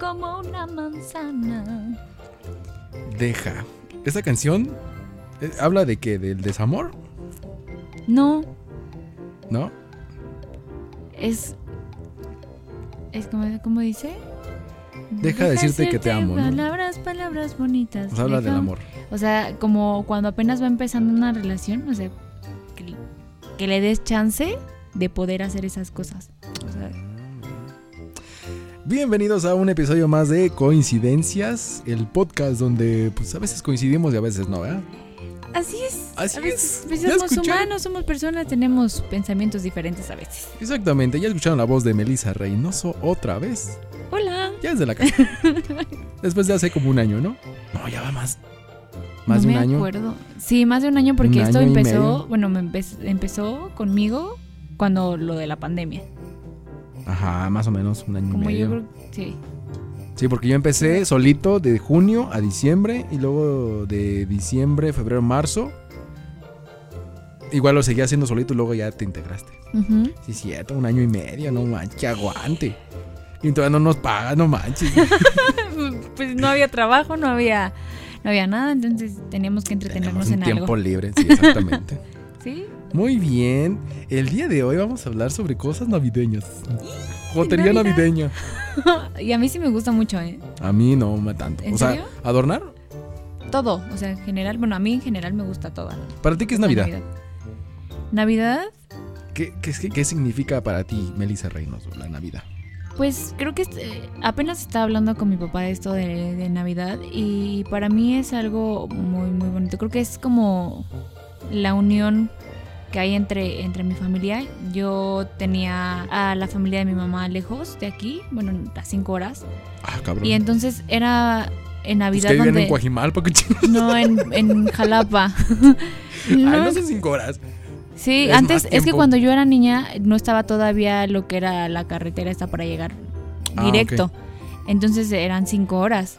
Como una manzana. Deja. Esta canción eh, habla de qué? Del desamor, No, ¿no? es. Es como, como dice. Deja decirte que te amo, ¿no? Palabras, palabras bonitas. Nos habla del Deja- amor. O sea, como cuando apenas va empezando una relación, o sea, que, que le des chance de poder hacer esas cosas. O sea, Bienvenidos a un episodio más de Coincidencias, el podcast donde pues a veces coincidimos y a veces no, ¿verdad? así es. Así a veces, es, pues, ¿ya somos escucharon? humanos, somos personas, tenemos pensamientos diferentes a veces. Exactamente, ya escucharon la voz de Melissa Reynoso otra vez. Hola. Ya desde la casa. Después de hace como un año, ¿no? No, ya va más. Más no de un me año. acuerdo. Sí, más de un año porque Un esto año y medio. empezó, bueno, me empe- empezó conmigo cuando lo de la pandemia. Ajá, más o menos un año y Como medio. yo creo que sí. Sí, porque yo empecé solito de junio a diciembre y luego de diciembre, febrero, marzo. Igual lo seguía haciendo solito y luego ya te integraste. Ujú. Sí, cierto, un año y medio, no manches, que aguante. Y todavía no nos pagan, no manches. Pues no había trabajo, no había no había nada, entonces teníamos que entretenernos Tenemos un en tiempo algo. libre, sí, exactamente. Sí. Muy bien, el día de hoy vamos a hablar sobre cosas navideñas. Jotería Navidad. navideña. Y a mí sí me gusta mucho, ¿eh? A mí no me tanto. ¿En o sea, serio? adornar, Todo, o sea, en general, bueno, a mí en general me gusta toda la ¿para ti qué es Navidad? Navidad. Navidad, ¿Qué, qué, qué- qué significa para ti, Melissa Reynoso, la Navidad? pues creo que eh, apenas estaba hablando con mi papá de esto de, de Navidad y para mí es algo muy, muy bonito. Creo que es como la unión que hay entre, entre mi familia. Yo tenía a la familia de mi mamá lejos de aquí, bueno, a cinco horas. Ah, cabrón. Y entonces era en Pues Navidad que viven en donde... Coajimalpa, que ching- no, en, en Jalapa. Ay, No, no son cinco horas. Sí, Es más antes es que tiempo. cuando yo era niña no estaba todavía lo que era la carretera esta para llegar Ah, directo. Entonces eran cinco horas.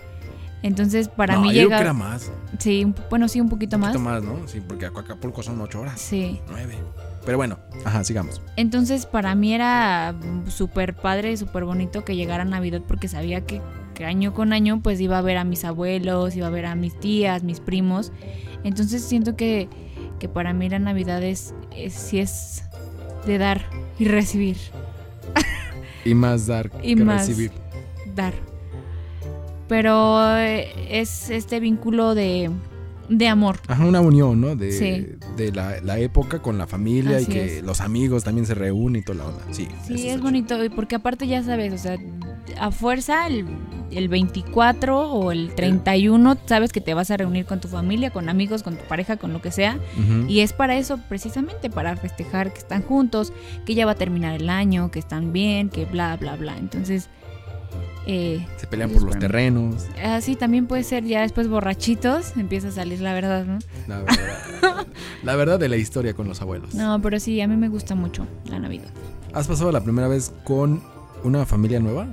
Entonces para no, mí yo creo que era llega... más. Un Sí, un- bueno, sí, un poquito más. poquito más, ¿no? Sí, porque a Acapulco son ocho horas, Sí. nueve. Pero bueno, ajá, sigamos. Entonces para mí era mm, súper padre, súper bonito que llegara Navidad porque sabía que, que año con año pues iba a ver a mis abuelos, iba a ver a mis tías, mis primos. Entonces siento que, que para mí la Navidad es, es, sí es de dar y recibir. Y más dar Y que más. recibir. dar. Pero eh, es este vínculo de, de amor. Ajá, una unión, ¿no? De, Sí. de la, la época con la familia y Así que es. los amigos también se reúnen y toda la onda. Sí, eso Sí, está es chido. bonito, y porque aparte ya sabes, o sea, a fuerza el, el 24 o el 31 sabes que te vas a reunir con tu familia, con amigos, con tu pareja, con lo que sea. Ujú. Y es para eso, precisamente, para festejar que están juntos, que ya va a terminar el año, que están bien, que bla, bla, bla. Entonces, eh, Se pelean es por los para mí. terrenos. así también puede ser ya después borrachitos, empieza a salir la verdad, ¿no? La verdad, la verdad de la historia con los abuelos. No, pero sí, a mí me gusta mucho la Navidad. ¿Has pasado la primera vez con una familia nueva?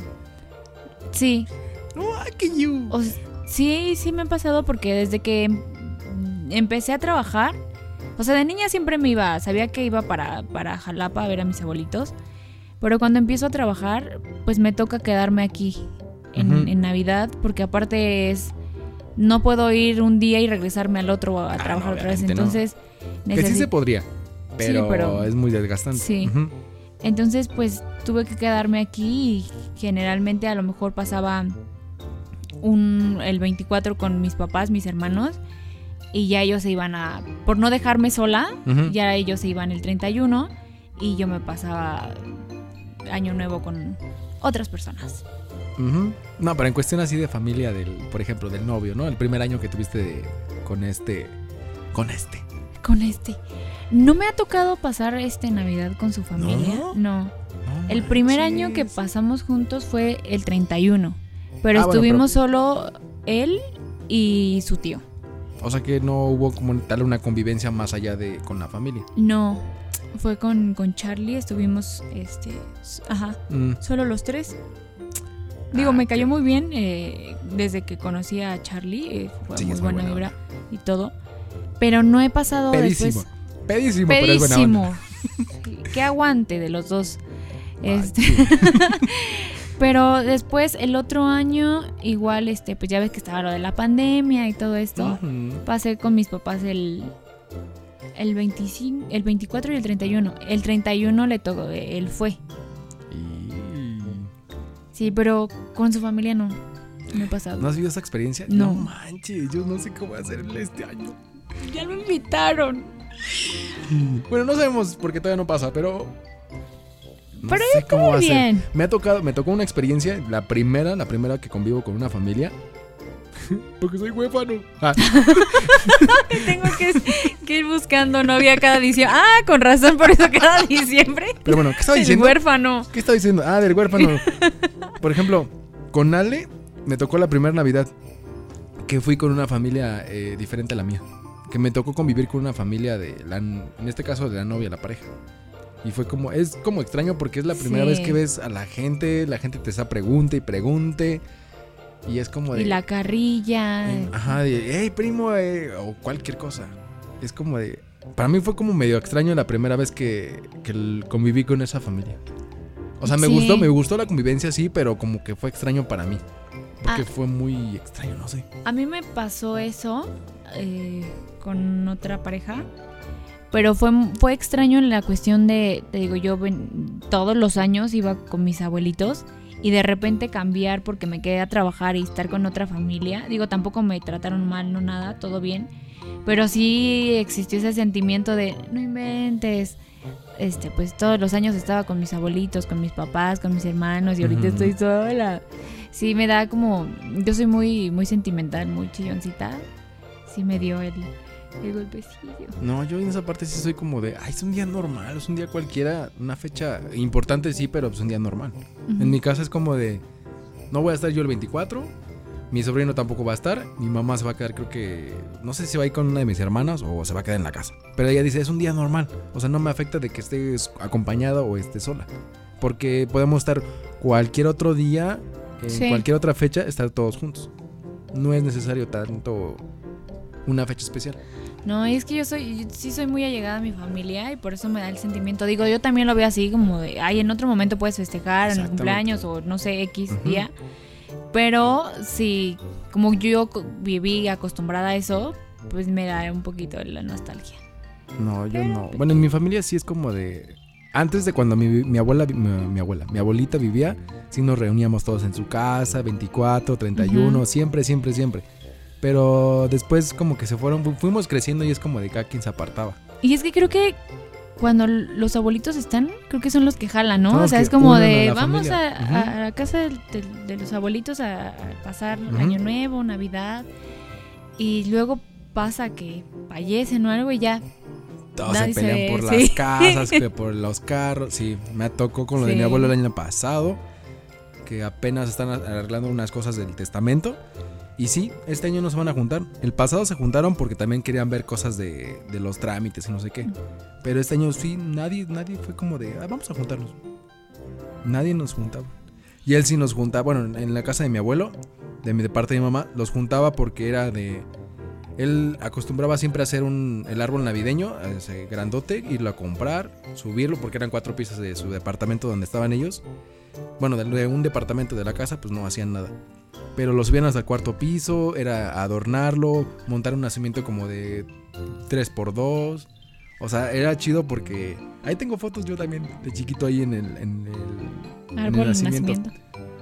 Sí, No, ah, que you. o s- sí, sí me han pasado porque desde que em- empecé a trabajar, o sea, de niña siempre me iba, sabía que iba para, para Jalapa a ver a mis abuelitos, pero cuando empiezo a trabajar, pues me toca quedarme aquí en, Ujú. en Navidad, porque aparte es, no puedo ir un día y regresarme al otro a, Ah, no, trabajar otra vez, obviamente no. entonces... Que sí necesi- se podría, pero, pero- es muy desgastante. Sí. Ujú. Entonces, pues tuve que quedarme aquí y generalmente a lo mejor pasaba un, el 24 con mis papás, mis hermanos, y ya ellos se iban a, por no dejarme sola, Ujú. ya ellos se iban el 31 y yo me pasaba año nuevo con otras personas. Ujú. No, pero en cuestión así de familia, del, por ejemplo, del novio, ¿no? El primer año que tuviste de- con este. Con este. Con este. No me ha tocado pasar este Navidad con su familia. ¿No? no. No El primer manches. año que pasamos juntos fue el 31, pero Ah, bueno, estuvimos solo él y su tío. O sea que no hubo como tal una convivencia más allá de con la familia. No, fue con, con Charlie, estuvimos, este, s- ajá, Mm. solo los tres. Digo, Ah, me cayó muy bien eh, desde que conocí a Charlie, eh, fue Sí, muy es muy buena buena vibra y todo. Pero no he pasado Pedísimo. después Pedísimo, pero es buena onda. pedísimo. que aguante de los dos. Ay, Este, pero después el otro año igual este pues ya ves que estaba lo de la pandemia y todo esto. Ujú. Pasé con mis papás el el 25, el 24 y el 31. El 31 le tocó él fue. Y- Sí, pero con su familia no. No he pasado. ¿No has vivido esa experiencia? No. manches, yo no sé qué voy a hacer este año. Ya me invitaron. Bueno, no sabemos porque todavía no pasa, pero. No Pero sé cómo va a Muy ser. bien. Me ha tocado, me tocó una experiencia, la primera, la primera que convivo con una familia. Porque soy huérfano. Ah, Tengo que, que ir buscando novia cada diciembre. Ah, con razón, por eso cada diciembre. pero bueno, ¿qué estaba El diciendo? huérfano. ¿Qué estaba diciendo? Ah, del huérfano. Por ejemplo, con Ale me tocó la primera Navidad que fui con una familia eh, diferente a la mía. Que me tocó convivir con una familia de la, en este caso de la novia, la pareja. Y fue como, es como extraño porque es la primera Sí. vez que ves a la gente, la gente te está pregunte y pregunte. Y es como de. Y la carrilla. Eh, Ajá, de, hey, primo, eh", o cualquier cosa. Es como de... Para mí fue como medio extraño la primera vez que, que l- conviví con esa familia. O sea, me Sí. gustó, me gustó la convivencia, sí, pero como que fue extraño para mí. Porque Ah. fue muy extraño, no sé. A mí me pasó eso eh, con otra pareja, pero fue, fue extraño en la cuestión de, te digo, yo ven- todos los años iba con mis abuelitos y de repente cambiar porque me quedé a trabajar y estar con otra familia. Digo, tampoco me trataron mal, no nada, todo bien, pero sí existió ese sentimiento de, no inventes. Este, pues todos los años estaba con mis abuelitos, con mis papás, con mis hermanos y ahorita Ujú. estoy sola. Sí, me da como. Yo soy muy, muy sentimental, muy chilloncita. Sí, me dio el, el golpecillo. No, yo en esa parte sí soy como de, ay, es un día normal, es un día cualquiera, una fecha importante sí, pero es un día normal. En mi casa es como de, no voy a estar yo el 24, mi sobrino tampoco va a estar, mi mamá se va a quedar, creo que, no sé si va a ir con una de mis hermanas o se va a quedar en la casa. Pero ella dice, es un día normal, o sea, no me afecta de que estés acompañada o estés sola, porque podemos estar cualquier otro día, en Sí. cualquier otra fecha, estar todos juntos. No es necesario tanto una fecha especial. No, es que yo soy, yo sí soy muy allegada a mi familia y por eso me da el sentimiento. Digo, yo también lo veo así como de, ay, en otro momento puedes festejar, en el Exactamente. cumpleaños o no sé, X Ujú. día. Pero sí, como yo co- viví acostumbrada a eso, pues me da un poquito la nostalgia. No, yo Pero- no. Bueno, en mi familia sí es como de. Antes de cuando mi, mi abuela, vi- mi, mi abuela, mi abuelita vivía, sí nos reuníamos todos en su casa, 24, 31, Ujú. siempre, siempre, siempre. Pero después como que se fueron, fu- fuimos creciendo y es como de cada quien se apartaba. Y es que creo que cuando l- los abuelitos están, creo que son los que jalan, ¿no? Son o los sea, que es como unen a de la vamos a, familia. a- a la casa del- del- de, los abuelitos a, a pasar Ujú. Año Nuevo, Navidad, y luego pasa que fallecen o algo y ya. Todos Nadie se se pelean ve, por sí. las casas, que por los carros. Sí, me tocó con lo de mi Sí. abuelo el año pasado, que apenas están arreglando unas cosas del testamento. Y sí, este año no se van a juntar. El pasado se juntaron porque también querían ver cosas de, de los trámites y no sé qué. Pero este año sí, nadie, nadie fue como de, "Ah, vamos a juntarnos. Nadie nos juntaba. Y él sí nos juntaba, bueno, en la casa de mi abuelo, de, mi, de parte de mi mamá, los juntaba porque era de... Él acostumbraba siempre a hacer un, el árbol navideño, ese grandote, irlo a comprar, subirlo, porque eran cuatro pisos de su departamento donde estaban ellos. Bueno, de, de un departamento de la casa, pues no hacían nada. Pero lo subían hasta el cuarto piso, era adornarlo, montar un nacimiento como de 3x2. O sea, era chido porque... Ahí tengo fotos yo también, de chiquito ahí en el- en el Árbol de nacimiento. nacimiento.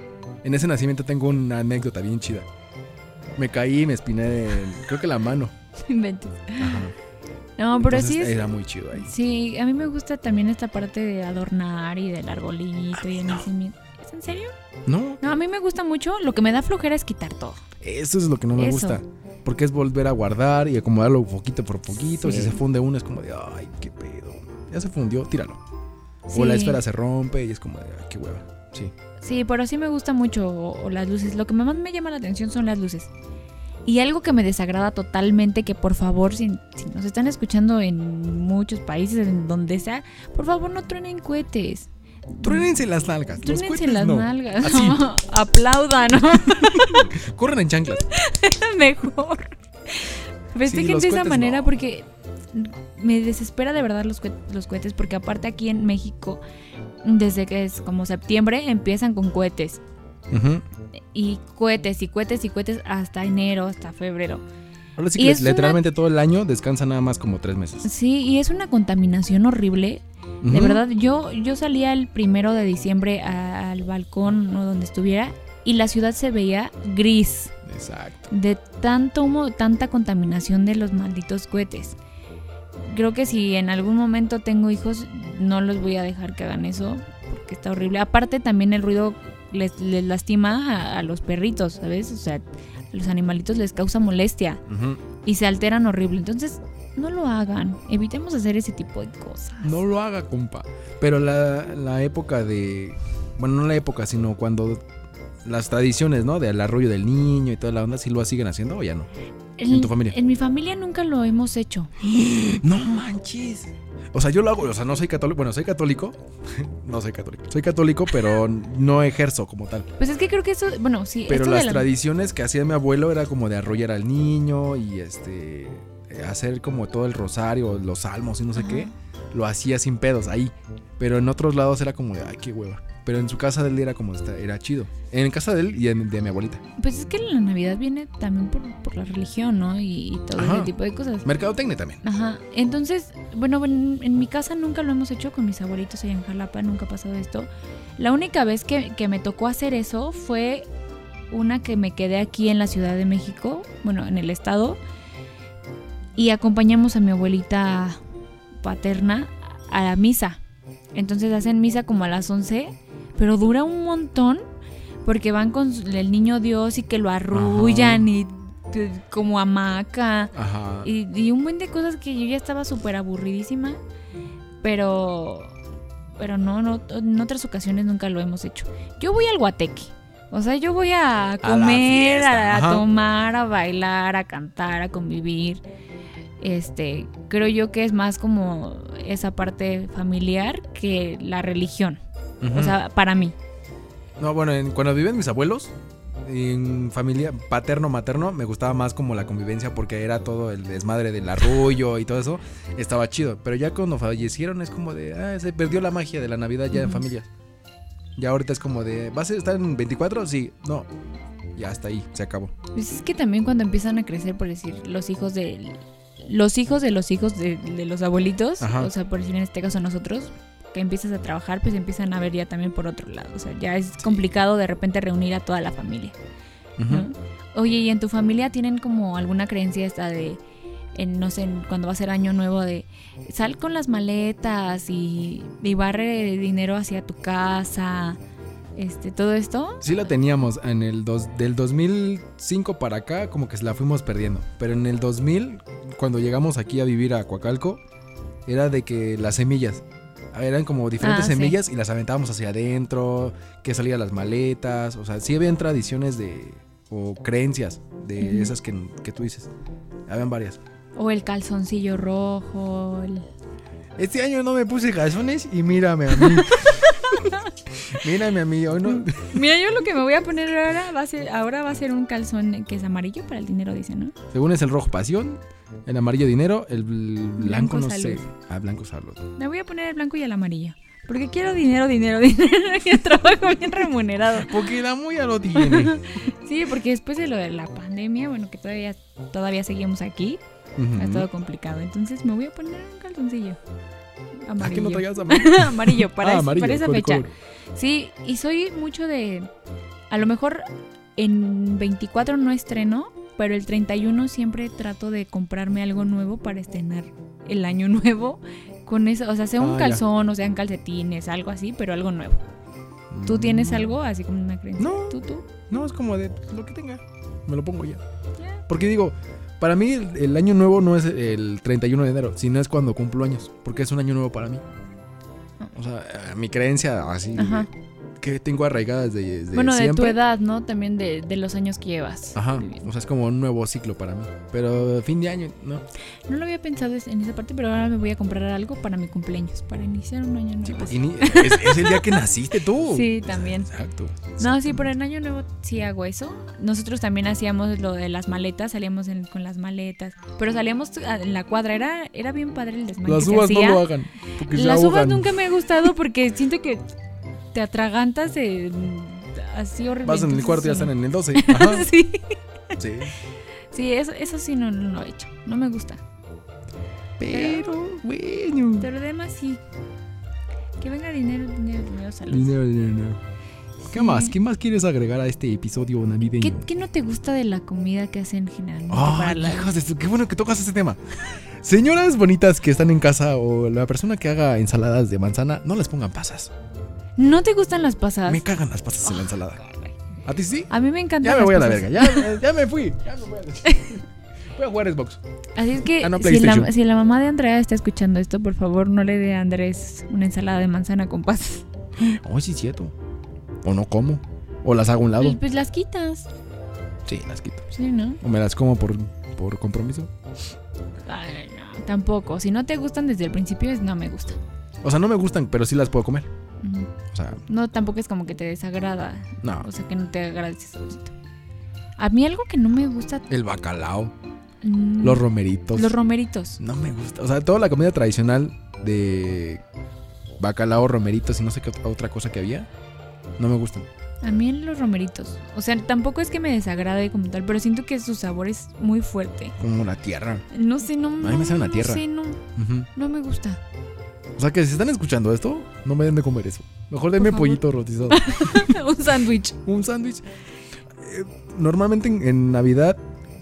en ese nacimiento tengo una anécdota bien chida. Me caí y me espiné, creo que la mano. Inventes. Ajá. No, pero Entonces, sí es. Era muy chido ahí. Sí, a mí me gusta también esta parte de adornar y del arbolito y el nacimiento. ¿Es en serio? No, No, a mí me gusta mucho. Lo que me da flojera es quitar todo. eso es lo que no me Eso. gusta. Porque es volver a guardar y acomodarlo poquito por poquito. Sí. Si se funde uno es como de, ay, qué pedo. Ya se fundió, tíralo. O Sí. la esfera se rompe y es como de, ay, qué hueva. Sí. Sí, pero sí me gusta mucho o- o las luces. Lo que más me llama la atención son las luces. Y algo que me desagrada totalmente, que por favor, si, si nos están escuchando en muchos países, en donde sea, por favor no truenen cohetes. Truénense las nalgas. los Truénense cohetes las no. Ah, nalgas. Así, Aplaudan, ¿no? corren en chanclas. Mejor. Festejen los de esa cohetes manera no. porque me desespera de verdad los, cue- los cohetes. Porque aparte aquí en México, desde que es como septiembre, empiezan con cohetes. Ujú. Y cohetes y cohetes y cohetes hasta enero, hasta febrero. Ahora sí Y que es una- literalmente todo el año descansa nada más como tres meses. Sí, y es una contaminación horrible. De Ujú. verdad, yo, yo salía el primero de diciembre a- al balcón o donde estuviera y la ciudad se veía gris Exacto. de tanto humo, tanta contaminación de los malditos cohetes. Creo que si en algún momento tengo hijos, no los voy a dejar que hagan eso porque está horrible. Aparte, también el ruido les, les lastima a, a los perritos, ¿sabes? O sea, a los animalitos les causa molestia Ujú. y se alteran horrible. Entonces, no lo hagan. Evitemos hacer ese tipo de cosas. No lo haga, compa. Pero la, la época de. Bueno, no la época, sino cuando las tradiciones, ¿no? Del arroyo del niño y toda la onda, si lo siguen haciendo o ya no. ¿En tu familia? En mi familia nunca lo hemos hecho. No manches. O sea, yo lo hago, o sea, no soy católico. Bueno, soy católico. no soy católico. Soy católico, pero no ejerzo como tal. Pues es que creo que eso, bueno, sí. Pero esto de las la- tradiciones que hacía mi abuelo era como de arrollar al niño y este eh, hacer como todo el rosario, los salmos y no sé Ajá. qué. Lo hacía sin pedos ahí. Pero en otros lados era como de, ay, qué hueva. Pero en su casa de él era como, esta- era chido. En casa de él y en- de mi abuelita. Pues es que la Navidad viene también por, por la religión, ¿no? Y, y todo Ajá. ese tipo de cosas. Mercadotecnia también. Ajá. Entonces, bueno, en, en mi casa nunca lo hemos hecho con mis abuelitos allá en Jalapa, nunca ha pasado esto. La única vez que, que me tocó hacer eso fue una que me quedé aquí en la Ciudad de México, bueno, en el estado, y acompañamos a mi abuelita paterna a la misa. Entonces hacen misa como a las 11, pero dura un montón porque van con el niño Dios y que lo arrullan y eh, como hamaca. Ajá. Y, y un buen de cosas que yo ya estaba súper aburridísima, pero pero no, no, en otras ocasiones nunca lo hemos hecho. Yo voy al guateque. O sea, yo voy a la comer, a, fiesta, a ajá. tomar, a bailar, a cantar, a convivir. Este, creo yo que es más como esa parte familiar que la religión. Ujú. O sea, para mí. No, bueno, en- cuando viven mis abuelos, en familia paterno, materno, me gustaba más como la convivencia porque era todo el desmadre del arrullo y todo eso. Estaba chido. Pero ya cuando fallecieron es como de, ah, se perdió la magia de la Navidad ya en Ujú. familia. Ya ahorita es como de, ¿vas a estar en 24? Sí, no. Ya hasta ahí, se acabó. Pues es que también cuando empiezan a crecer, por decir, los hijos de los hijos de los hijos de, de los abuelitos, Ajá. o sea, por decir en este caso nosotros, que empiezas a trabajar, pues empiezan a ver ya también por otro lado. O sea, ya es complicado de repente reunir a toda la familia. Ujú. ¿no? Oye, ¿y en tu familia tienen como alguna creencia esta de, en, no sé, en- cuando va a ser año nuevo, de sal con las maletas y, y barre dinero hacia tu casa? Este, todo esto. Sí la teníamos en el dos, del 2005 para acá, como que se la fuimos perdiendo. Pero en el 2000, cuando llegamos aquí a vivir a Coacalco, era de que las semillas eran como diferentes Ah, sí. semillas y las aventábamos hacia adentro, que salían las maletas, o sea, sí habían tradiciones de o creencias de Ujú. esas que, que tú dices. Habían varias. O el calzoncillo rojo, el- Este año no me puse calzones y mírame a mí. mírame a mí, hoy no. Mira, yo lo que me voy a poner ahora va a ser, ahora va a ser un calzón que es amarillo para el dinero, dice, ¿no? Según es el rojo pasión, el amarillo dinero, el bl- blanco, Blanco no salud. sé. Ah, blanco salud. Me voy a poner el blanco y el amarillo. Porque quiero dinero, dinero, dinero y el trabajo bien remunerado. Porque la muya lo tiene. Sí, porque después de lo de la pandemia, bueno, que todavía, todavía seguimos aquí, Ah, ha estado complicado. Entonces me voy a poner un calzoncillo. ¿A Ah, qué no Amarillo. traías amarillo? amarillo, para, Ah, es- amarillo, para esa cobre, fecha. cobre. Sí, y soy mucho de. A lo mejor en 24 no estreno, pero el 31 siempre trato de comprarme algo nuevo para estrenar el año nuevo. Con eso, o sea, sea un Ah, ya. calzón, o sean calcetines, algo así, pero algo nuevo. ¿Tú tienes algo así como una creencia? Mm. No. ¿Tú, tú? No, es como de lo que tenga. Me lo pongo ya. Ya. Porque digo, para mí el, el año nuevo no es el 31 de enero, sino es cuando cumplo años. Porque es un año nuevo para mí. O sea, eh, mi creencia así. Ajá. que tengo arraigadas desde, desde bueno, de tu siempre. Ah. edad, ¿no? También de, de los años que llevas. Ajá, viviendo. o sea, es como un nuevo ciclo para mí. Pero fin de año, ¿no? No lo había pensado es- en esa parte, pero ahora me voy a comprar algo para mi cumpleaños, para iniciar un año nuevo. Sí, pues, porque así. ni- es, es el día que naciste tú. pues. Sí, también. Exacto. No, sí, pero en año nuevo sí hago eso. Nosotros también hacíamos lo de las maletas, salíamos en- con las maletas, pero salíamos a- en la cuadra, era era bien padre el desmadre Las que se uvas no hacía. lo hagan. Porque se Las uvas ahogan. nunca me ha gustado porque siento que te atragantas eh, así horrible. Vas en el entonces, cuarto y ya sí. están en el 12. Ajá, Sí, sí. sí eso, eso sí no, no lo he hecho. No me gusta. Pero, bueno. Pero además sí. Que venga dinero, dinero, dinero, salud. Dinero, dinero, dinero. ¿Qué Sí. más? ¿Qué más quieres agregar a este episodio navideño? ¿Qué, qué no te gusta de la comida que hacen generalmente? Ah, para la- hijos de su- qué bueno que tocas ese tema. Señoras bonitas que están en casa o la persona que haga ensaladas de manzana, no les pongan pasas. ¿No te gustan las pasadas? Me cagan las pasas en la ensalada. ¿A ti sí? A mí me encantan Ya me Ah, las voy a la pasas. verga, ya, ya me fui. Ya me voy a Voy a jugar Xbox. Así es que Ah, no, si, la, PlayStation. si la mamá de Andrea está escuchando esto, por favor no le dé a Andrés una ensalada de manzana con pasas. Oh, sí, cierto. O no como. O las hago a un lado. Pues las quitas, Sí, las quito. ¿sí, no? O me las como por, por compromiso. Ay, no, tampoco. Si no te gustan desde el principio, es no me gusta. O sea, no me gustan, pero sí las puedo comer. Ujú. O sea, No, tampoco es como que te desagrada. no. O sea, que no te agradece saborcito. A mí algo que no me gusta... El bacalao, mm, los romeritos. los romeritos. No me gusta. O sea, toda la comida tradicional de bacalao, romeritos y no sé qué otra- otra cosa que había, no me gustan. A mí los romeritos. O sea, tampoco es que me desagrade como tal, pero siento que su sabor es muy fuerte. Como la tierra. No sé, no... mí me saben a no tierra. sé, no, Ujú. no me gusta. O sea, que si están escuchando esto, no me den de comer eso. Mejor denme favor. pollito rotizado. un sándwich. Un sándwich. Eh, normalmente en, en Navidad,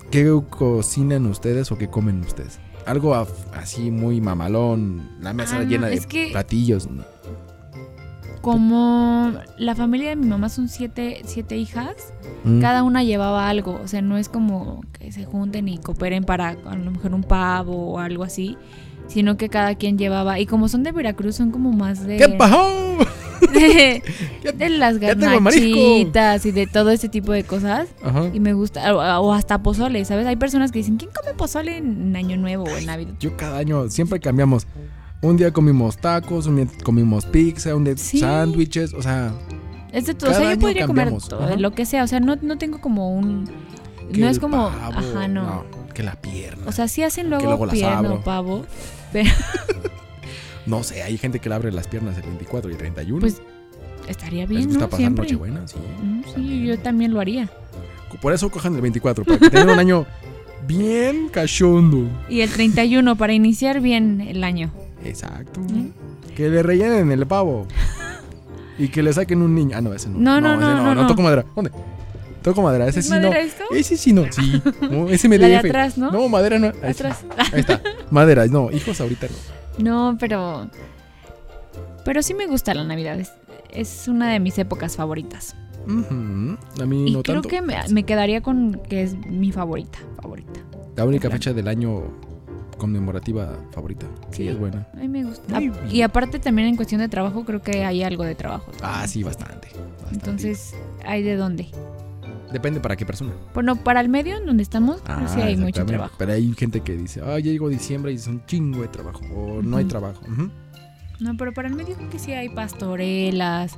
¿qué cocinan ustedes o qué comen ustedes? Algo af- así muy mamalón, la mesa Ah, no, llena de es que- platillos. ¿no? Como la familia de mi mamá son siete, siete hijas, Mm. cada una llevaba algo. O sea, no es como que se junten y cooperen para a lo mejor un pavo o algo así, sino que cada quien llevaba. Y como son de Veracruz, son como más de. ¿Qué pasó? de, Ya- de las ya tengo marisco. garnachitas y de todo ese tipo de cosas. Ajá. Y me gusta, o, o hasta pozole, ¿sabes? Hay personas que dicen, ¿quién come pozole en Año Nuevo o en Navidad? Yo cada año siempre cambiamos. Un día comimos tacos, un día comimos pizza, un día Sí. sándwiches, o sea, Es de todo. O Cada sea, yo año podría comer cambiamos, todo, ajá. lo que sea. O sea, no, no tengo como un. que No es el como. pavo, ajá, no. no, que la pierna. O sea, sí hacen luego, luego las pierna abro. o pavo. no sé, hay gente que le abre las piernas el 24 y el 31. Pues, Estaría Les bien, gusta ¿no? pasar Siempre. Nochebuena, sí. Mm, Sí, También. yo también lo haría. Por eso cojan el 24, para que tengan un año bien cachondo. Y el 31 para iniciar bien el año. Exacto. ¿Mm? Que le rellenen el pavo. Y que le saquen un niño. Ah, no, ese no. No, no, ese no, no, no. toco madera. ¿Dónde? Toco madera, ese ¿Es sí madera esto? no. Ese sí no, sí. No, ese La MDF. de atrás, ¿no? No, madera no. Ahí está. Atrás. Ahí está. Madera, no, hijos ahorita no. No, pero. Pero sí me gusta la Navidad. Es, es una de mis épocas favoritas. Ujú, A mí Y no creo tanto. que me, me quedaría con que es mi favorita. Favorita. La única fecha del año conmemorativa favorita. Sí, Sí. es buena. A mí me gusta. Muy Ah, bien. Y aparte también en cuestión de trabajo, creo que hay algo de trabajo. Ah, sí, bastante. bastante. Entonces, ¿hay de dónde? Depende para qué persona. Bueno, para el medio en donde estamos, creo que sí hay mucho Ah, exactamente. trabajo. Pero hay gente que dice, ah, ya llegó diciembre y es un chingo de trabajo. O no hay Ujú. trabajo. Ujú. No, pero para el medio creo que sí hay pastorelas,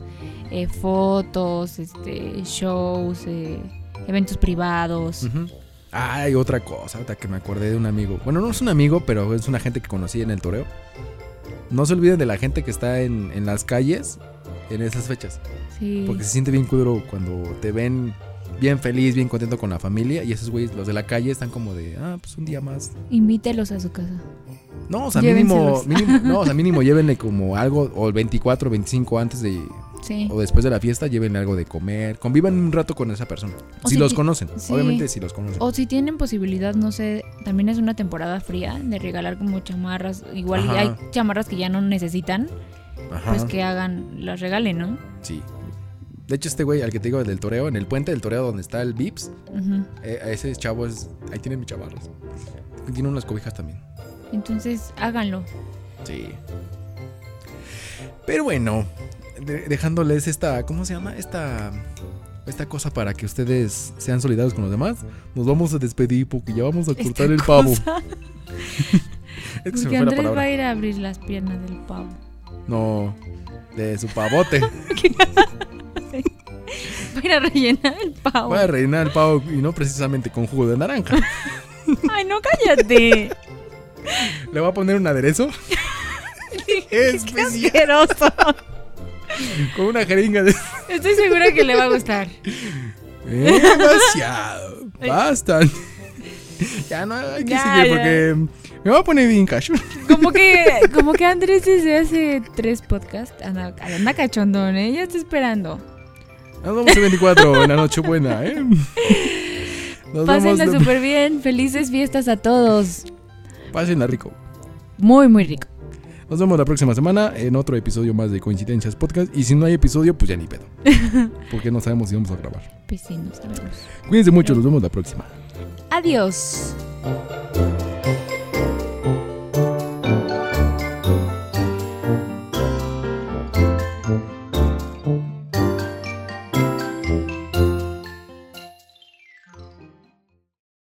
eh, fotos, este, shows, eh, eventos privados. Ujú. Ah, hay otra cosa ahorita que me acordé de un amigo. Bueno, no es un amigo, pero es una gente que conocí en el toreo. No se olviden de la gente que está en, en las calles en esas fechas. Sí. Porque se siente bien duro cuando te ven bien feliz, bien contento con la familia. Y esos güeyes, los de la calle, están como de, ah, pues un día más. Invítelos a su casa. No, o sea, mínimo, Llévenselos. mínimo, no, o sea, mínimo llévenle como algo, o el 24, 25 antes de, Sí. o después de la fiesta, llévenle algo de comer. Convivan un rato con esa persona. O si si los ti- conocen, sí. obviamente si los conocen. O si tienen posibilidad, no sé, también es una temporada fría de regalar como chamarras. Igual y Ajá. hay chamarras que ya no necesitan, Ajá, pues que hagan, las regalen, ¿no? sí. De hecho, este güey, al que te digo, el del toreo, en el puente del toreo donde está el Vips, Ujú. eh, a ese chavo es, ahí tiene mi chavarros. Tiene unas cobijas también. Entonces, háganlo. Sí. Pero bueno, de- dejándoles esta, ¿cómo se llama? Esta, esta cosa para que ustedes sean solidarios con los demás. Nos vamos a despedir porque ya vamos a cortar el pavo. cosa. Es que se Porque me fue la Andrés va palabra. a ir a abrir las piernas del pavo. No, de su pavote. Va a ir a rellenar el pavo. Voy a rellenar el pavo y no precisamente con jugo de naranja. Ay, no cállate. Le voy a poner un aderezo Qué especial asqueroso. con una jeringa de... Estoy segura que le va a gustar. Eh, Demasiado. Basta. Ya no hay que Ya, seguir ya. porque me voy a poner bien cacho. Como que, como que Andrés desde hace tres podcasts anda, anda cachondón, ¿eh? Ya está esperando. Nos vemos el 24 en la noche buena, ¿eh? Nos Pásenla vemos. súper bien. Felices fiestas a todos. Pásenla rico. Muy, muy rico. Nos vemos la próxima semana en otro episodio más de Coincidencias Podcast. Y si no hay episodio, pues ya ni pedo. Porque no sabemos si vamos a grabar. Pues sí, nos vemos. Cuídense mucho, nos vemos la próxima. Adiós.